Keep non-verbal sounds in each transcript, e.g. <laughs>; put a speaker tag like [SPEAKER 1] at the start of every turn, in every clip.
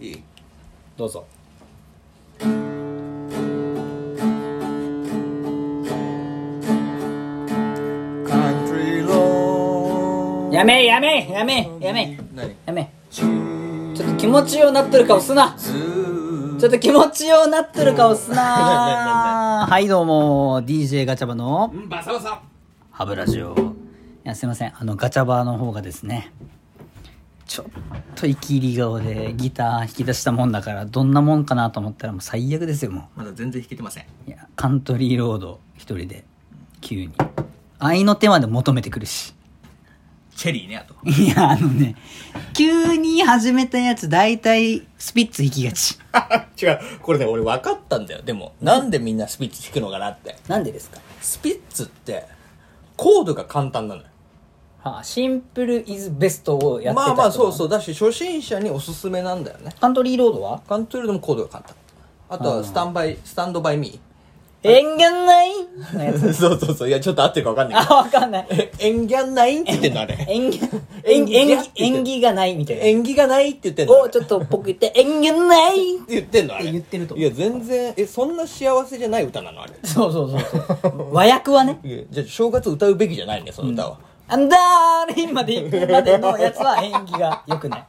[SPEAKER 1] いい
[SPEAKER 2] どうぞやめやめやめやめ
[SPEAKER 1] 何
[SPEAKER 2] やめ
[SPEAKER 1] ちょ
[SPEAKER 2] ちょっと気持ちようなってる顔すなちょっと気持ちようなってる顔すな <laughs> はいどうも DJ ガチャバの
[SPEAKER 1] うんバサバサ
[SPEAKER 2] ハブラジオいやすいませんあのガチャバーの方がですねちょっと息入り顔でギター弾き出したもんだからどんなもんかなと思ったらもう最悪ですよも
[SPEAKER 1] まだ全然弾けてません
[SPEAKER 2] ういやカントリーロード一人で急に愛の手まで求めてくるし
[SPEAKER 1] チェリーねあと
[SPEAKER 2] いやあのね急に始めたやつ大体スピッツ弾きがち
[SPEAKER 1] <laughs> 違うこれね俺分かったんだよでもなんでみんなスピッツ弾くのかなって
[SPEAKER 2] なんでですか
[SPEAKER 1] スピッツってコードが簡単なのよ
[SPEAKER 2] はあ、シンプルイズベストをやってた
[SPEAKER 1] まあまあそう
[SPEAKER 2] う
[SPEAKER 1] そうだし初心者におすすめなんだよね
[SPEAKER 2] カントリーロードは
[SPEAKER 1] カントリーでもコードが簡単あとはスタンバイスタンドバイミ
[SPEAKER 2] 縁がないのや
[SPEAKER 1] <laughs>
[SPEAKER 2] <laughs>
[SPEAKER 1] ーそうそうそういやちょっと合ってるか分かんないけど
[SPEAKER 2] あわかんない
[SPEAKER 1] え縁起がないって言ってんのあれ
[SPEAKER 2] 演技、
[SPEAKER 1] 演
[SPEAKER 2] 演
[SPEAKER 1] 技
[SPEAKER 2] 技、
[SPEAKER 1] が
[SPEAKER 2] 演技、演技がないみたいな。
[SPEAKER 1] 縁起がないって言ってんの
[SPEAKER 2] お、ちょっと僕言って、演技ない
[SPEAKER 1] って言ってんのあれ
[SPEAKER 2] 言ってると
[SPEAKER 1] いや全然えそんな幸せじゃない歌なのあれ
[SPEAKER 2] そうそうそうそう。 <laughs> 和訳はね。
[SPEAKER 1] いやじゃあ正月歌うべきじゃないねその歌は、
[SPEAKER 2] アンダーレインまで行くまでのやつは演技が良くない。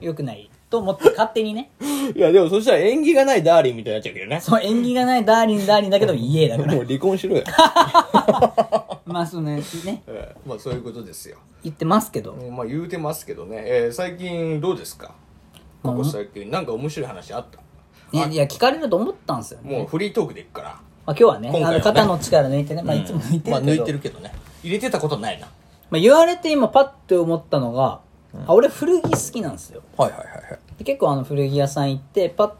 [SPEAKER 2] 良くない。と思って勝手にね。
[SPEAKER 1] いやでもそしたら縁起がないダーリンみたいになっちゃうけどね
[SPEAKER 2] そう、演技がない、ダーリン、ダーリンだけど、家だから。
[SPEAKER 1] もう離婚し <laughs> ろよ、
[SPEAKER 2] まあ、そのね、ね、
[SPEAKER 1] ええまあそういうことですよ
[SPEAKER 2] 言ってますけど。
[SPEAKER 1] まあ言うてますけどね、えー最近どうですかここ最近なんか面白い話あった
[SPEAKER 2] ね、いや、聞かれると思ったんですよ。まあ、
[SPEAKER 1] もうフリートークでいくから、
[SPEAKER 2] 今日はね、
[SPEAKER 1] 今回は
[SPEAKER 2] あ
[SPEAKER 1] ね
[SPEAKER 2] の、肩の力抜いてね、まあ、いつも抜いてるけど。
[SPEAKER 1] <laughs> まあ抜いてるけどね入れてたことないな
[SPEAKER 2] まあ、言われて今、パッて思ったのが、あ、俺、古着好きなんですよ。
[SPEAKER 1] はいはいはいはい
[SPEAKER 2] で結構あの古着屋さん行ってパッ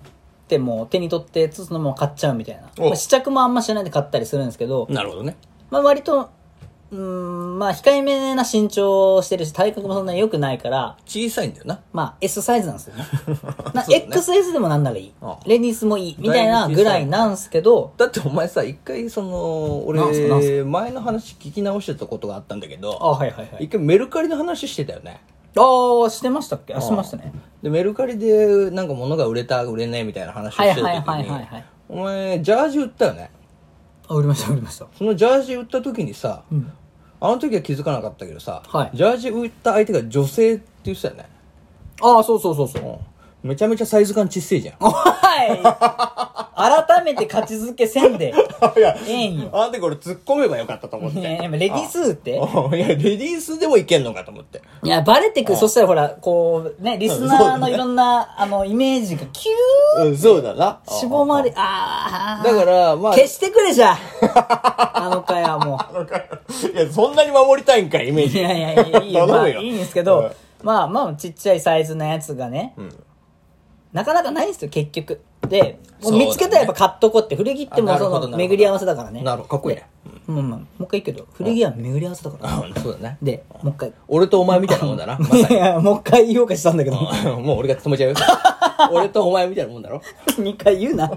[SPEAKER 2] てもう手に取ってつのまま買っちゃうみたいな、
[SPEAKER 1] お
[SPEAKER 2] まあ試着もあんましないで買ったりするんですけど、
[SPEAKER 1] なるほどね
[SPEAKER 2] まあ、割とうーんまあ控えめな身長をしてるし体格もそんなに良くないから
[SPEAKER 1] 小さいんだよな
[SPEAKER 2] まあ S サイズなんです
[SPEAKER 1] <laughs>
[SPEAKER 2] よねな
[SPEAKER 1] そうだね
[SPEAKER 2] XS でもなんならいい
[SPEAKER 1] ああ
[SPEAKER 2] レディースもいいみたいなぐらいなんすけど
[SPEAKER 1] だってお前さ一回その俺
[SPEAKER 2] なんすかなんす
[SPEAKER 1] 前の話聞き直してたことがあったんだけど
[SPEAKER 2] あはいはいは
[SPEAKER 1] 一
[SPEAKER 2] い
[SPEAKER 1] 回メルカリの話してたよね
[SPEAKER 2] ああしてましたっけあしてましたね
[SPEAKER 1] でメルカリでなんか物が売れた売れないみたいな話を
[SPEAKER 2] はい
[SPEAKER 1] し
[SPEAKER 2] は
[SPEAKER 1] て
[SPEAKER 2] い
[SPEAKER 1] る
[SPEAKER 2] は
[SPEAKER 1] 時
[SPEAKER 2] いはい
[SPEAKER 1] に
[SPEAKER 2] はい
[SPEAKER 1] お前ジャージ売ったよね
[SPEAKER 2] あ売りました売りました
[SPEAKER 1] そのジャージ売った時にさ、
[SPEAKER 2] ん
[SPEAKER 1] あの時は気づかなかったけどさ、
[SPEAKER 2] はい
[SPEAKER 1] ジャージ売った相手が女性って言ってたよね、
[SPEAKER 2] ああそうそうそうそう
[SPEAKER 1] うん、めちゃめちゃサイズ感ちっせえじゃん
[SPEAKER 2] お <laughs> い改めて勝ち付けせんで
[SPEAKER 1] <laughs> いや
[SPEAKER 2] ええんよ
[SPEAKER 1] あの時俺突っ込めばよかったと思って
[SPEAKER 2] ねえ、やっぱレディースって
[SPEAKER 1] <laughs> うんいやレディースでもいけんのかと思って
[SPEAKER 2] いや、バレてくる。そしたらほら、こう、ね、リスナーのいろんな、あの、イメージがキュ
[SPEAKER 1] うんそうだな
[SPEAKER 2] ーッ絞まれ、あー。
[SPEAKER 1] だからまあ
[SPEAKER 2] 消してくれじゃんあの会はも
[SPEAKER 1] <laughs> いやそんなに守りたいんかイメー
[SPEAKER 2] う。い
[SPEAKER 1] ジ
[SPEAKER 2] やいやいや、いい
[SPEAKER 1] <laughs>
[SPEAKER 2] よ。
[SPEAKER 1] 頼むよ
[SPEAKER 2] まあ、いいんですけ
[SPEAKER 1] うん
[SPEAKER 2] ど、まあまあ、ちっちゃいサイズのやつがね、
[SPEAKER 1] ん
[SPEAKER 2] なかなかないんですよ、結局。で、も
[SPEAKER 1] そうだ
[SPEAKER 2] う
[SPEAKER 1] ね
[SPEAKER 2] 見つけたらやっぱ買っとこうって、古着っても
[SPEAKER 1] あな
[SPEAKER 2] う
[SPEAKER 1] るほどなる
[SPEAKER 2] そ
[SPEAKER 1] ほ
[SPEAKER 2] の、
[SPEAKER 1] ど
[SPEAKER 2] 巡り合わせだからね。
[SPEAKER 1] なるほどかっこいいね
[SPEAKER 2] うんうん。もう一回言うけど、古着は巡り合わせだから。
[SPEAKER 1] あそうだね
[SPEAKER 2] で、もう一回。
[SPEAKER 1] 俺とお前みたいなもんだ
[SPEAKER 2] <laughs>
[SPEAKER 1] なまさに
[SPEAKER 2] いや、もう一回言おうかしたんだけど、
[SPEAKER 1] うん <laughs> もう俺が止め
[SPEAKER 2] <laughs>
[SPEAKER 1] ちゃうよ。俺とお前みたいなもんだろ。
[SPEAKER 2] 二回言うな。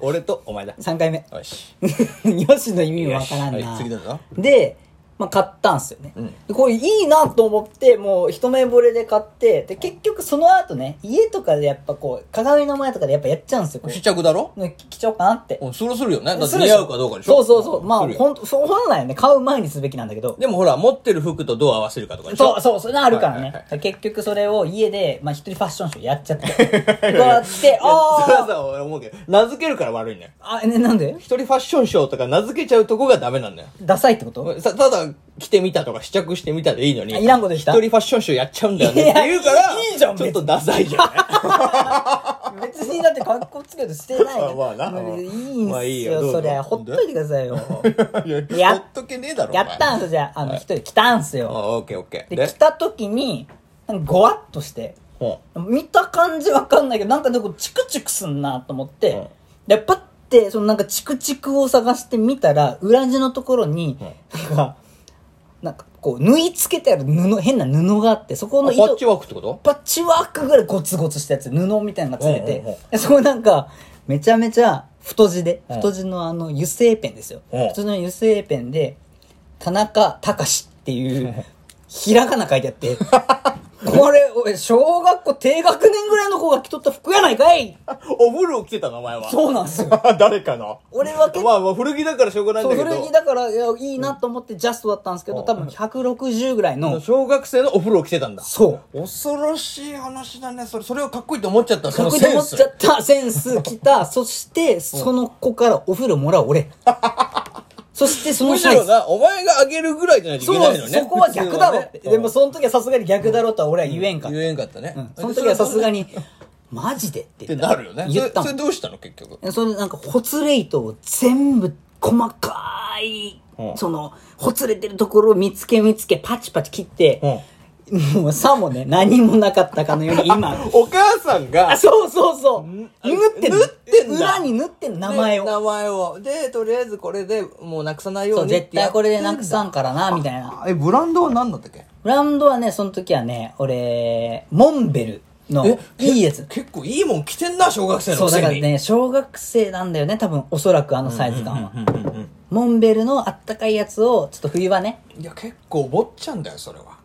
[SPEAKER 1] 俺とお前だ。
[SPEAKER 2] 三回目。
[SPEAKER 1] よし。
[SPEAKER 2] <laughs> よしの意味もわからん
[SPEAKER 1] よしは
[SPEAKER 2] な。
[SPEAKER 1] い次どうぞ
[SPEAKER 2] で、まあ、買ったんすよね。
[SPEAKER 1] うん
[SPEAKER 2] でこれいいなと思って、もう一目惚れで買って、で、結局その後ね、家とかでやっぱこう、鏡の前とかでやっぱやっちゃうんすよ。こ
[SPEAKER 1] 試
[SPEAKER 2] う
[SPEAKER 1] 着だろ
[SPEAKER 2] ね着ちゃおうかなって。
[SPEAKER 1] うん、そろするよね。だって
[SPEAKER 2] するで
[SPEAKER 1] 似
[SPEAKER 2] しょ
[SPEAKER 1] 合うかどうかでしょ。
[SPEAKER 2] そうそうそう。まあ、
[SPEAKER 1] するよ
[SPEAKER 2] ほんと、そう本来はね、買う前にすべきなんだけど。
[SPEAKER 1] でもほら、持ってる服とどう合わせるかとかでし
[SPEAKER 2] そ
[SPEAKER 1] ょ。
[SPEAKER 2] うそう、それがあるから
[SPEAKER 1] はいはい
[SPEAKER 2] ね
[SPEAKER 1] はい。
[SPEAKER 2] 結局それを家で、まあ、一人ファッションショーやっち
[SPEAKER 1] <laughs>
[SPEAKER 2] ゃって。こうやって、
[SPEAKER 1] いやそれは
[SPEAKER 2] あー
[SPEAKER 1] さ、俺思うけど、名付けるから悪いんだよ。
[SPEAKER 2] あ、ね、なんで
[SPEAKER 1] 一人ファッションショーとか名付けちゃうとこがダメなんだよ。
[SPEAKER 2] ダサいってこと
[SPEAKER 1] さただ、着てみたとか試着してみたでいいのに。
[SPEAKER 2] あいらんこと言った
[SPEAKER 1] 一人ファッションショーやっちゃうんだよね。って言うから、
[SPEAKER 2] いやいいじゃん
[SPEAKER 1] ちょっとダサいじゃんね。
[SPEAKER 2] 別にだって格好つけとしてないよ
[SPEAKER 1] <laughs> まあな
[SPEAKER 2] もういいん
[SPEAKER 1] まあいい
[SPEAKER 2] す
[SPEAKER 1] よどう
[SPEAKER 2] よ、
[SPEAKER 1] ぞ
[SPEAKER 2] そりゃほっといてくださいよ
[SPEAKER 1] い
[SPEAKER 2] <laughs> や
[SPEAKER 1] ほっとけねえだろ。
[SPEAKER 2] やった
[SPEAKER 1] ん
[SPEAKER 2] んすよじゃああの一人来たんすよ
[SPEAKER 1] オッケーオッケー。
[SPEAKER 2] で来た時になんかゴワッとして
[SPEAKER 1] ほ
[SPEAKER 2] 見た感じわかんないけどなんかでもチクチクすんなと思って、
[SPEAKER 1] うん
[SPEAKER 2] でパッてそのなんかチクチクを探してみたら裏地のところになんかなんかこう縫い付けてある布変な布があってそこ
[SPEAKER 1] う
[SPEAKER 2] の
[SPEAKER 1] あ
[SPEAKER 2] 糸
[SPEAKER 1] パッチワークって
[SPEAKER 2] <laughs>
[SPEAKER 1] こと
[SPEAKER 2] パッチワークぐらいゴツゴツしたやつ布みたいなのがついてて、
[SPEAKER 1] うんうんうん
[SPEAKER 2] でそこなんかめちゃめちゃ太字で、
[SPEAKER 1] うん
[SPEAKER 2] 太字のあの油性ペンですよ、
[SPEAKER 1] うん
[SPEAKER 2] 普通の油性ペンで田中隆っていうひらがな書いてあってこれ俺小学校低学年ぐらいの子が着とった服ゃないかい
[SPEAKER 1] お風呂着てたのお前は。
[SPEAKER 2] そうなんですよ。
[SPEAKER 1] <laughs> 誰かの。
[SPEAKER 2] 俺は結構
[SPEAKER 1] まあまあ古着だからしょうがないん
[SPEAKER 2] そう
[SPEAKER 1] だけ
[SPEAKER 2] 古
[SPEAKER 1] ど。
[SPEAKER 2] 着だからいやいいなと思ってジャストだったんですけど多分160ぐらいの
[SPEAKER 1] 小学生のお風呂着てたんだ。
[SPEAKER 2] そう
[SPEAKER 1] 恐ろしい話だね。それ、それをかっこいいと思っちゃった。そ
[SPEAKER 2] か
[SPEAKER 1] の
[SPEAKER 2] っこいいと
[SPEAKER 1] セ
[SPEAKER 2] 思
[SPEAKER 1] ン
[SPEAKER 2] っ
[SPEAKER 1] ス
[SPEAKER 2] ちゃ。ったセンス来たそしてその子からお風呂もらう
[SPEAKER 1] <laughs>
[SPEAKER 2] 俺そしてその
[SPEAKER 1] むし
[SPEAKER 2] サイ
[SPEAKER 1] ろ
[SPEAKER 2] ズ
[SPEAKER 1] な、お前があげるぐらいじゃないといけな
[SPEAKER 2] そ
[SPEAKER 1] いうのね。
[SPEAKER 2] そこは逆だろって
[SPEAKER 1] 普通はね
[SPEAKER 2] でもその時はさすがに逆だろとは俺は言えんかった
[SPEAKER 1] 言えんかったね。
[SPEAKER 2] その時はさすが
[SPEAKER 1] に。
[SPEAKER 2] にマジでって
[SPEAKER 1] って
[SPEAKER 2] 言った
[SPEAKER 1] なるよね。
[SPEAKER 2] 言った
[SPEAKER 1] それそ
[SPEAKER 2] もん
[SPEAKER 1] れどうしたの結局。
[SPEAKER 2] そのなんかほつれ糸を全部細かい、
[SPEAKER 1] うん
[SPEAKER 2] そのほつれてるところを見つけ見つけパチパチ切って、もうさもね何もなかったかのように今
[SPEAKER 1] お母さんが
[SPEAKER 2] あ、そうそうそう縫ってんの
[SPEAKER 1] 縫ってんだ
[SPEAKER 2] 裏に縫ってんの名前
[SPEAKER 1] で
[SPEAKER 2] を
[SPEAKER 1] 名前を。で、とりあえずこれでもうなくさないよう
[SPEAKER 2] そう
[SPEAKER 1] に。
[SPEAKER 2] 絶対これでなくさんからなみたいな
[SPEAKER 1] あ。え、ブランドは何だったっけ
[SPEAKER 2] ブランドはねその時はね俺モンベルのいいやつ
[SPEAKER 1] 結構いいもん着てんな、小学生の
[SPEAKER 2] そう
[SPEAKER 1] く
[SPEAKER 2] だ
[SPEAKER 1] せ
[SPEAKER 2] から
[SPEAKER 1] に。
[SPEAKER 2] ね小学生なんだよね多分おそらくあのサイズ感はモンベルのあったかいやつをちょっと冬はね
[SPEAKER 1] いや、結構坊っちゃんだよ、それは。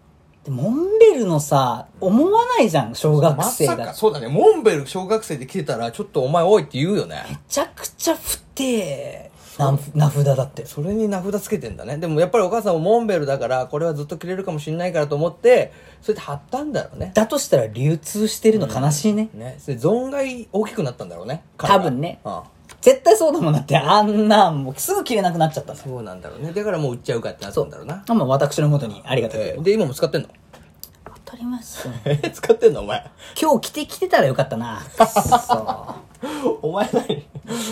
[SPEAKER 2] でモンベルのさ思わないじゃん小学
[SPEAKER 1] ま
[SPEAKER 2] 生だ
[SPEAKER 1] さ
[SPEAKER 2] って
[SPEAKER 1] か、そうだね。モンベル小学生で着てたら、ちょっとお前多いって言うよね
[SPEAKER 2] め。ちゃくちゃ不定な名札だって
[SPEAKER 1] それに名札つけてんだね。でもやっぱりお母さんもモンベルだから、これはずっと着れるかもしれないからと思って、それで貼ったんだろうね。
[SPEAKER 2] だとしたら流通してるの悲しいね、
[SPEAKER 1] ね。それ、存外大きくなったんだろうね。彼
[SPEAKER 2] 多
[SPEAKER 1] が
[SPEAKER 2] 分ね
[SPEAKER 1] うん
[SPEAKER 2] 絶対そうだもんだってあんなんもうすぐ切れなくなっちゃったんだよ
[SPEAKER 1] そうなんだろうね。だからもう売っちゃうかってなったんだろうな。
[SPEAKER 2] まあ私のもとにありがたく、
[SPEAKER 1] えーで、今も使ってんの <laughs>
[SPEAKER 2] 当たります
[SPEAKER 1] え使ってんのお前。 <laughs>
[SPEAKER 2] 今日着てきてたらよかったなくっそ
[SPEAKER 1] お前何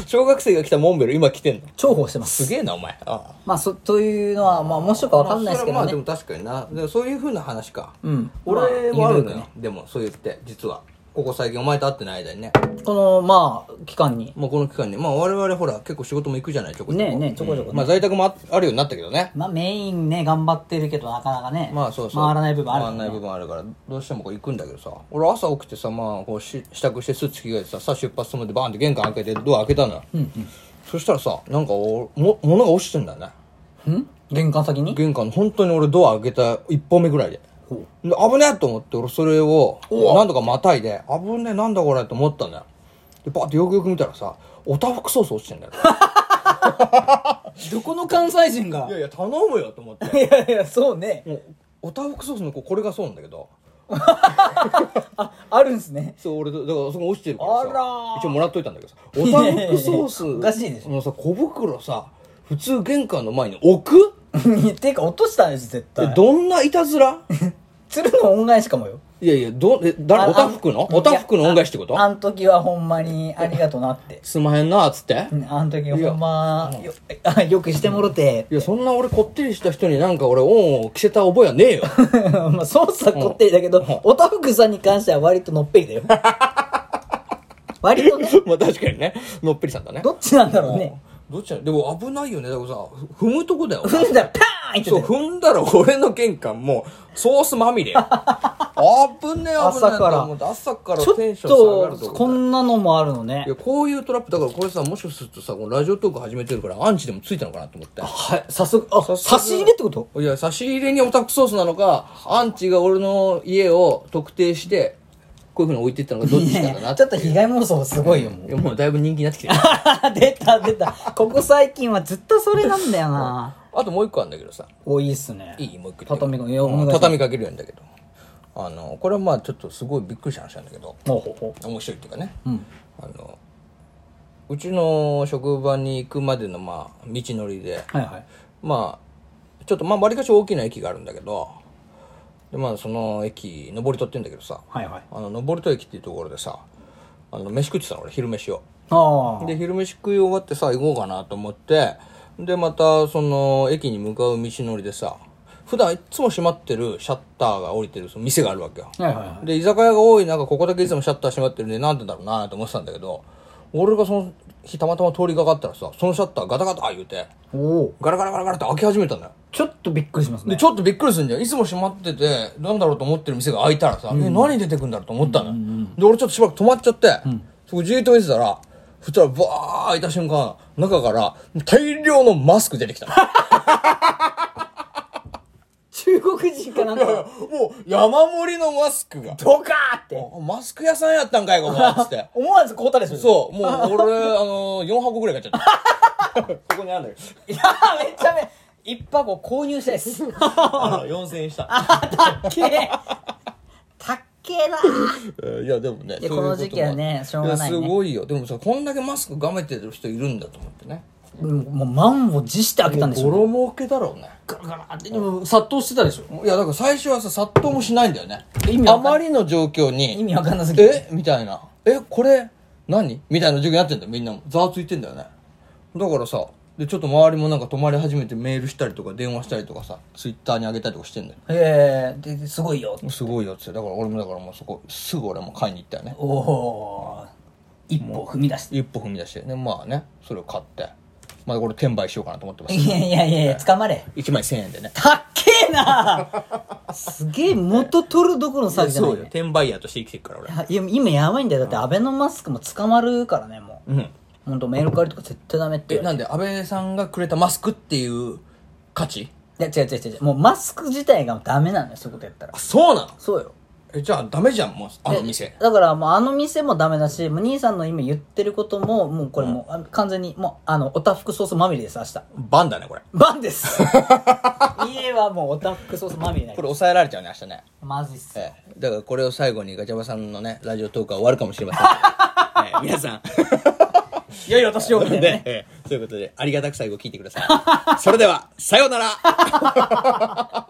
[SPEAKER 1] 小学生が来たモンベル今着てんの
[SPEAKER 2] 重宝してます
[SPEAKER 1] すげえな、お前。あ
[SPEAKER 2] まあそというのはまあ面白いかわかんないですけ
[SPEAKER 1] まあ、それはまあ
[SPEAKER 2] ど
[SPEAKER 1] で
[SPEAKER 2] ね
[SPEAKER 1] も確かにな。でもそういう風な話か。
[SPEAKER 2] うん
[SPEAKER 1] 俺
[SPEAKER 2] ま
[SPEAKER 1] も
[SPEAKER 2] あ
[SPEAKER 1] ある
[SPEAKER 2] い
[SPEAKER 1] の
[SPEAKER 2] ろいろ
[SPEAKER 1] よ
[SPEAKER 2] ね。
[SPEAKER 1] でも、そう言って、実は。ここ最近お前と会ってない間にね。
[SPEAKER 2] このまあ期間に
[SPEAKER 1] もうこの期間に。まあ我々ほら、結構仕事も行くじゃない、ちょこちょこ。
[SPEAKER 2] ねえねえちょこちょこね
[SPEAKER 1] うんまあ在宅もああるようになったけどね。
[SPEAKER 2] まあメインね頑張ってるけどなかなかね、
[SPEAKER 1] まあそうそう。
[SPEAKER 2] 回らない部分あるか
[SPEAKER 1] 回
[SPEAKER 2] ら
[SPEAKER 1] ら
[SPEAKER 2] ね
[SPEAKER 1] ない部分あるから、どうしてもこう行くんだけどさ。俺朝起きてさ、まあ、こうし、支度してスーツ着替えてさ、さ、出発するまでバーンって玄関開けて、ドア開けたのよ。そしたらさ、なんかお、も、物が落ちてんだよね。
[SPEAKER 2] ん玄関先に
[SPEAKER 1] 玄関の、本当に俺ドア開けた一歩目ぐらいで。
[SPEAKER 2] ほ
[SPEAKER 1] で危ねえと思って、俺それを、何度かまたいで、危ねえ、なんだこれと思ったんだよ。で、バーってよくよく見たらさ、おたふくソース落ちてんだよ。
[SPEAKER 2] どこの関西人が
[SPEAKER 1] <laughs> いやいや、頼むよと思って。
[SPEAKER 2] いやいやそうね
[SPEAKER 1] もう、おたふくソースのここれがそうなんだけど。
[SPEAKER 2] ああるんすね <laughs>
[SPEAKER 1] そう、俺、だから、そこ落ちてるからさ。
[SPEAKER 2] あらー
[SPEAKER 1] 一応もらっといたんだけどさ。おたふくソース。
[SPEAKER 2] おかしいでしょ
[SPEAKER 1] のさ、小袋さ、普通玄関の前に置く
[SPEAKER 2] ていうか落としたんです絶
[SPEAKER 1] え
[SPEAKER 2] 対
[SPEAKER 1] どんないたずら
[SPEAKER 2] 鶴の恩返しかもよ
[SPEAKER 1] いやいや、ど、え、
[SPEAKER 2] あ
[SPEAKER 1] 誰、おたふく
[SPEAKER 2] あ
[SPEAKER 1] のおたふくの恩返しってこと
[SPEAKER 2] あん時はほんまにありがとなって
[SPEAKER 1] すまへんな、つって
[SPEAKER 2] う。んあん時ほんまよあよくしてもろて
[SPEAKER 1] いや、そんな俺こってりした人になんか俺、オンを着せた覚えはね
[SPEAKER 2] <laughs>
[SPEAKER 1] えよ。
[SPEAKER 2] まあ操作こってりだけどおたふくさんに関しては割とのっぺりだよ割とね
[SPEAKER 1] まあ確かにね。のっぺりさんだね。
[SPEAKER 2] どっちなんだろうね
[SPEAKER 1] どっちなのでも危ないよね。だからさ、ふ踏むとこ
[SPEAKER 2] <laughs>
[SPEAKER 1] だよ。
[SPEAKER 2] 踏んだらパーンって
[SPEAKER 1] そう、踏んだら俺の玄関もうソースまみれ。あぶねえ、あぶね
[SPEAKER 2] 朝
[SPEAKER 1] え
[SPEAKER 2] から
[SPEAKER 1] と思って。朝から
[SPEAKER 2] ちょ
[SPEAKER 1] テン
[SPEAKER 2] っ
[SPEAKER 1] ション下がる
[SPEAKER 2] と
[SPEAKER 1] と
[SPEAKER 2] こ
[SPEAKER 1] こ。
[SPEAKER 2] んなのもあるのね
[SPEAKER 1] いや、こういうトラップ、だからこれさ、もしかするとさ、このラジオトーク始めてるからアンチでもついたのかなと思って。
[SPEAKER 2] はい早速あ差し入れってこと
[SPEAKER 1] いや、差し入れにオタクソースなのか、アンチが俺の家を特定して、こういう風に置いてったのか、どっちなんだなっ
[SPEAKER 2] ち
[SPEAKER 1] て
[SPEAKER 2] ょっと被害妄想すごいよもう
[SPEAKER 1] いや、もうだいぶ人気になってき
[SPEAKER 2] <laughs>
[SPEAKER 1] てる。
[SPEAKER 2] 出た出たここ最近はずっとそれなんだよな
[SPEAKER 1] あともう一個あるんだけどさ、
[SPEAKER 2] おいいっすね
[SPEAKER 1] いいもう一個言って
[SPEAKER 2] 畳みいやお願いします
[SPEAKER 1] 畳みかけるようにだけど。あの、これはまあちょっとすごいびっくりした話なんだけど、
[SPEAKER 2] ほうほうほ
[SPEAKER 1] 面白いっていうかね。
[SPEAKER 2] ううん
[SPEAKER 1] あのうちの職場に行くまでのまあ道のりで
[SPEAKER 2] はいはい
[SPEAKER 1] まあちょっとまあわりかし大きな駅があるんだけどでまあその駅上り取ってんだけどさ
[SPEAKER 2] はいはい
[SPEAKER 1] あの上り戸駅っていうところでさあの飯食ってたの俺昼飯を
[SPEAKER 2] ああ
[SPEAKER 1] で昼飯食い終わってさ行こうかなと思ってでまたその駅に向かう道のりでさ普段いっつも閉まってるシャッターが降りてるその店があるわけよ
[SPEAKER 2] はいはいは
[SPEAKER 1] で居酒屋が多い中ここだけいつもシャッター閉まってるんでなんでだろうなと思ってたんだけど俺がその日たまたま通りかかったらさそのシャッターガタガタ言うて
[SPEAKER 2] いおお
[SPEAKER 1] ガラガラガラガラって開き始めたんだよ
[SPEAKER 2] ちょっとびっくりします
[SPEAKER 1] で
[SPEAKER 2] ね
[SPEAKER 1] ちょっとびっくりするんだよいつも閉まっててなんだろうと思ってる店が開いたらさ、え何出てくんだろうと思ったのよ、で俺ちょっとしばらく止まっちゃって、そこじーっと見てたらそしたらバー開いた瞬間 <laughs> 中から大量のマスク出てきたの
[SPEAKER 2] ち中国人かなんか、
[SPEAKER 1] もう、山盛りのマスクが。
[SPEAKER 2] <laughs> ドカーって、
[SPEAKER 1] あマスク屋さんやったんかい、ここは。つって。
[SPEAKER 2] 思わず凍ったりする。
[SPEAKER 1] そう、もう
[SPEAKER 2] <laughs>
[SPEAKER 1] 俺、あのー、4箱ぐらい買っちゃった。そこにあるんだけ
[SPEAKER 2] う。いやめっちゃめ、一箱購入したい <laughs> です。
[SPEAKER 1] ど。あ <laughs> の4000円した。
[SPEAKER 2] たっけえ。たっけえな。
[SPEAKER 1] えーいや、でもね。
[SPEAKER 2] いや
[SPEAKER 1] そういう
[SPEAKER 2] この時期はね
[SPEAKER 1] と
[SPEAKER 2] しょうがないね
[SPEAKER 1] やすごいよ。でもさ、こんだけマスクがめてる人いるんだと思ってね。
[SPEAKER 2] もう満を持して開けたんでし
[SPEAKER 1] ボ
[SPEAKER 2] ょ。
[SPEAKER 1] ロ儲けだろうね。
[SPEAKER 2] ガラガラって、でも殺到してたでしょ。
[SPEAKER 1] いや、だから最初はさ、殺到もしないんだよね。
[SPEAKER 2] 意味
[SPEAKER 1] あ
[SPEAKER 2] わかん
[SPEAKER 1] まりの状況に。
[SPEAKER 2] 意味わかんなすぎて。
[SPEAKER 1] えみたいな。え、これ、何みたいな授業になってんだよ、みんなも。ざわついてんだよね。だからさ、で、ちょっと周りもなんか泊まり始めてメールしたりとか電話したりとかさ、ツイッターに上げたりとかしてんだよ。
[SPEAKER 2] ええですごいよ。
[SPEAKER 1] すごいよっつって。だから俺もだからもうそこ、すぐ俺も買いに行ったよね。
[SPEAKER 2] おお一歩踏み出して。
[SPEAKER 1] 一歩踏み出して。で、まあね、それを買って。まあこれ転売しようかなと思ってます。
[SPEAKER 2] いやいやいやいや、捕まれ。
[SPEAKER 1] 1枚1000円でね。
[SPEAKER 2] たっけえなすげえ元取るどころの詐欺じゃないよ。
[SPEAKER 1] 転売ヤーとして生きてるから俺。
[SPEAKER 2] いや今やばいんだよ。だってアベノマスクも捕まるからね、もう。
[SPEAKER 1] うん。
[SPEAKER 2] ほんとメール借りとか絶対ダメって
[SPEAKER 1] え、。なんで安倍さんがくれたマスクっていう価値
[SPEAKER 2] いや違う違う違う違う。もうマスク自体がダメなのよ、そういうことやったら
[SPEAKER 1] あ、。そうなの
[SPEAKER 2] そうよ。
[SPEAKER 1] え、じゃあダメじゃん、もう、あの店。
[SPEAKER 2] だからもうあの店もダメだし、もう兄さんの今言ってることも、もうこれもうあ完全に、もうあの、おたふくソースまみれです、明日。
[SPEAKER 1] バンだね、これ。
[SPEAKER 2] バンです家はもうオタフクソースまみれにな
[SPEAKER 1] これ
[SPEAKER 2] る。
[SPEAKER 1] 抑えられちゃうね、明日ね。
[SPEAKER 2] まずいっす。
[SPEAKER 1] ええ、だからこれを最後にガチャバさんのね、ラジオトークは終わるかもしれませ <laughs> ん。ええ、皆さん。
[SPEAKER 2] 良いお年をみたいなね
[SPEAKER 1] ね、 <laughs> ええ、ということで、ありがたく最後聞いてください。それでは、さようなら